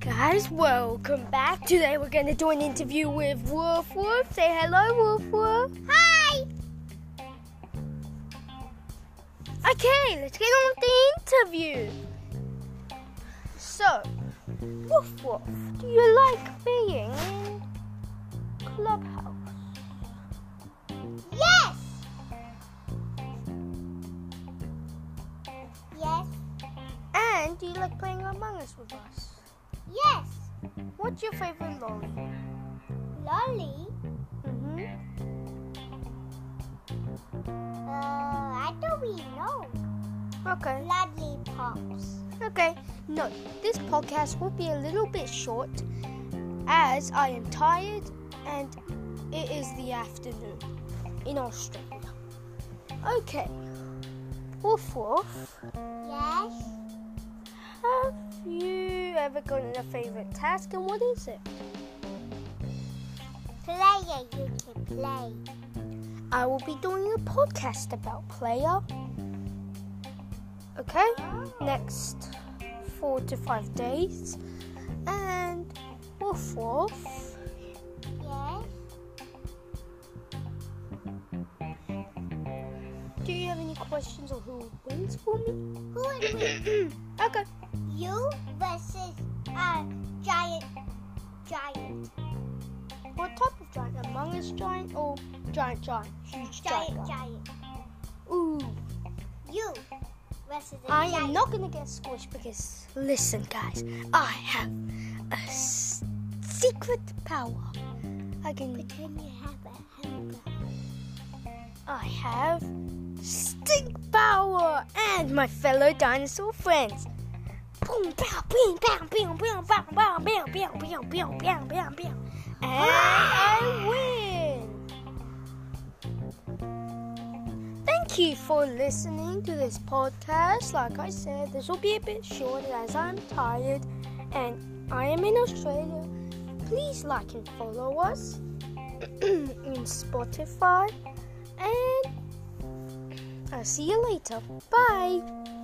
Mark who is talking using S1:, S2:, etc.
S1: guys, welcome back. Today we're going to do an interview with Woof Woof. Say hello, Woof Woof. Hi. Okay, let's get on with the interview. So, Woof Woof, do you like being in Clubhouse?
S2: Yes. Yes.
S1: And do you like playing Among Us with us?
S2: Yes.
S1: What's your favorite lolly?
S2: Lolly.
S1: Mm-hmm.
S2: Uh, I don't really know.
S1: Okay.
S2: Lollipops.
S1: Okay, no, this podcast will be a little bit short as I am tired and it is the afternoon in Australia. Okay, woof woof,
S2: Yes.
S1: have you ever gotten a favourite task and what is it?
S2: Player, you can play.
S1: I will be doing a podcast about player. Okay, next four to five days. And woof woof.
S2: Yes.
S1: Do you have any questions on who wins for me?
S2: Who would win?
S1: okay.
S2: you versus a giant, giant,
S1: What type of giant? Among Us giant or giant giant? Huge giant.
S2: giant, giant?
S1: Ooh.
S2: You versus a
S1: I
S2: giant.
S1: am not gonna get squished because listen guys, I have a s- secret power. I can
S2: Pretend you have a hamburger.
S1: I have stink power and my fellow dinosaur friends. Boom pow boom bam boom boom bam bam bam bam bam bam bam bam bam and I win. Thank you for listening to this podcast. Like I said, this will be a bit short as I'm tired and I am in Australia. Please like and follow us in Spotify and I'll see you later. Bye.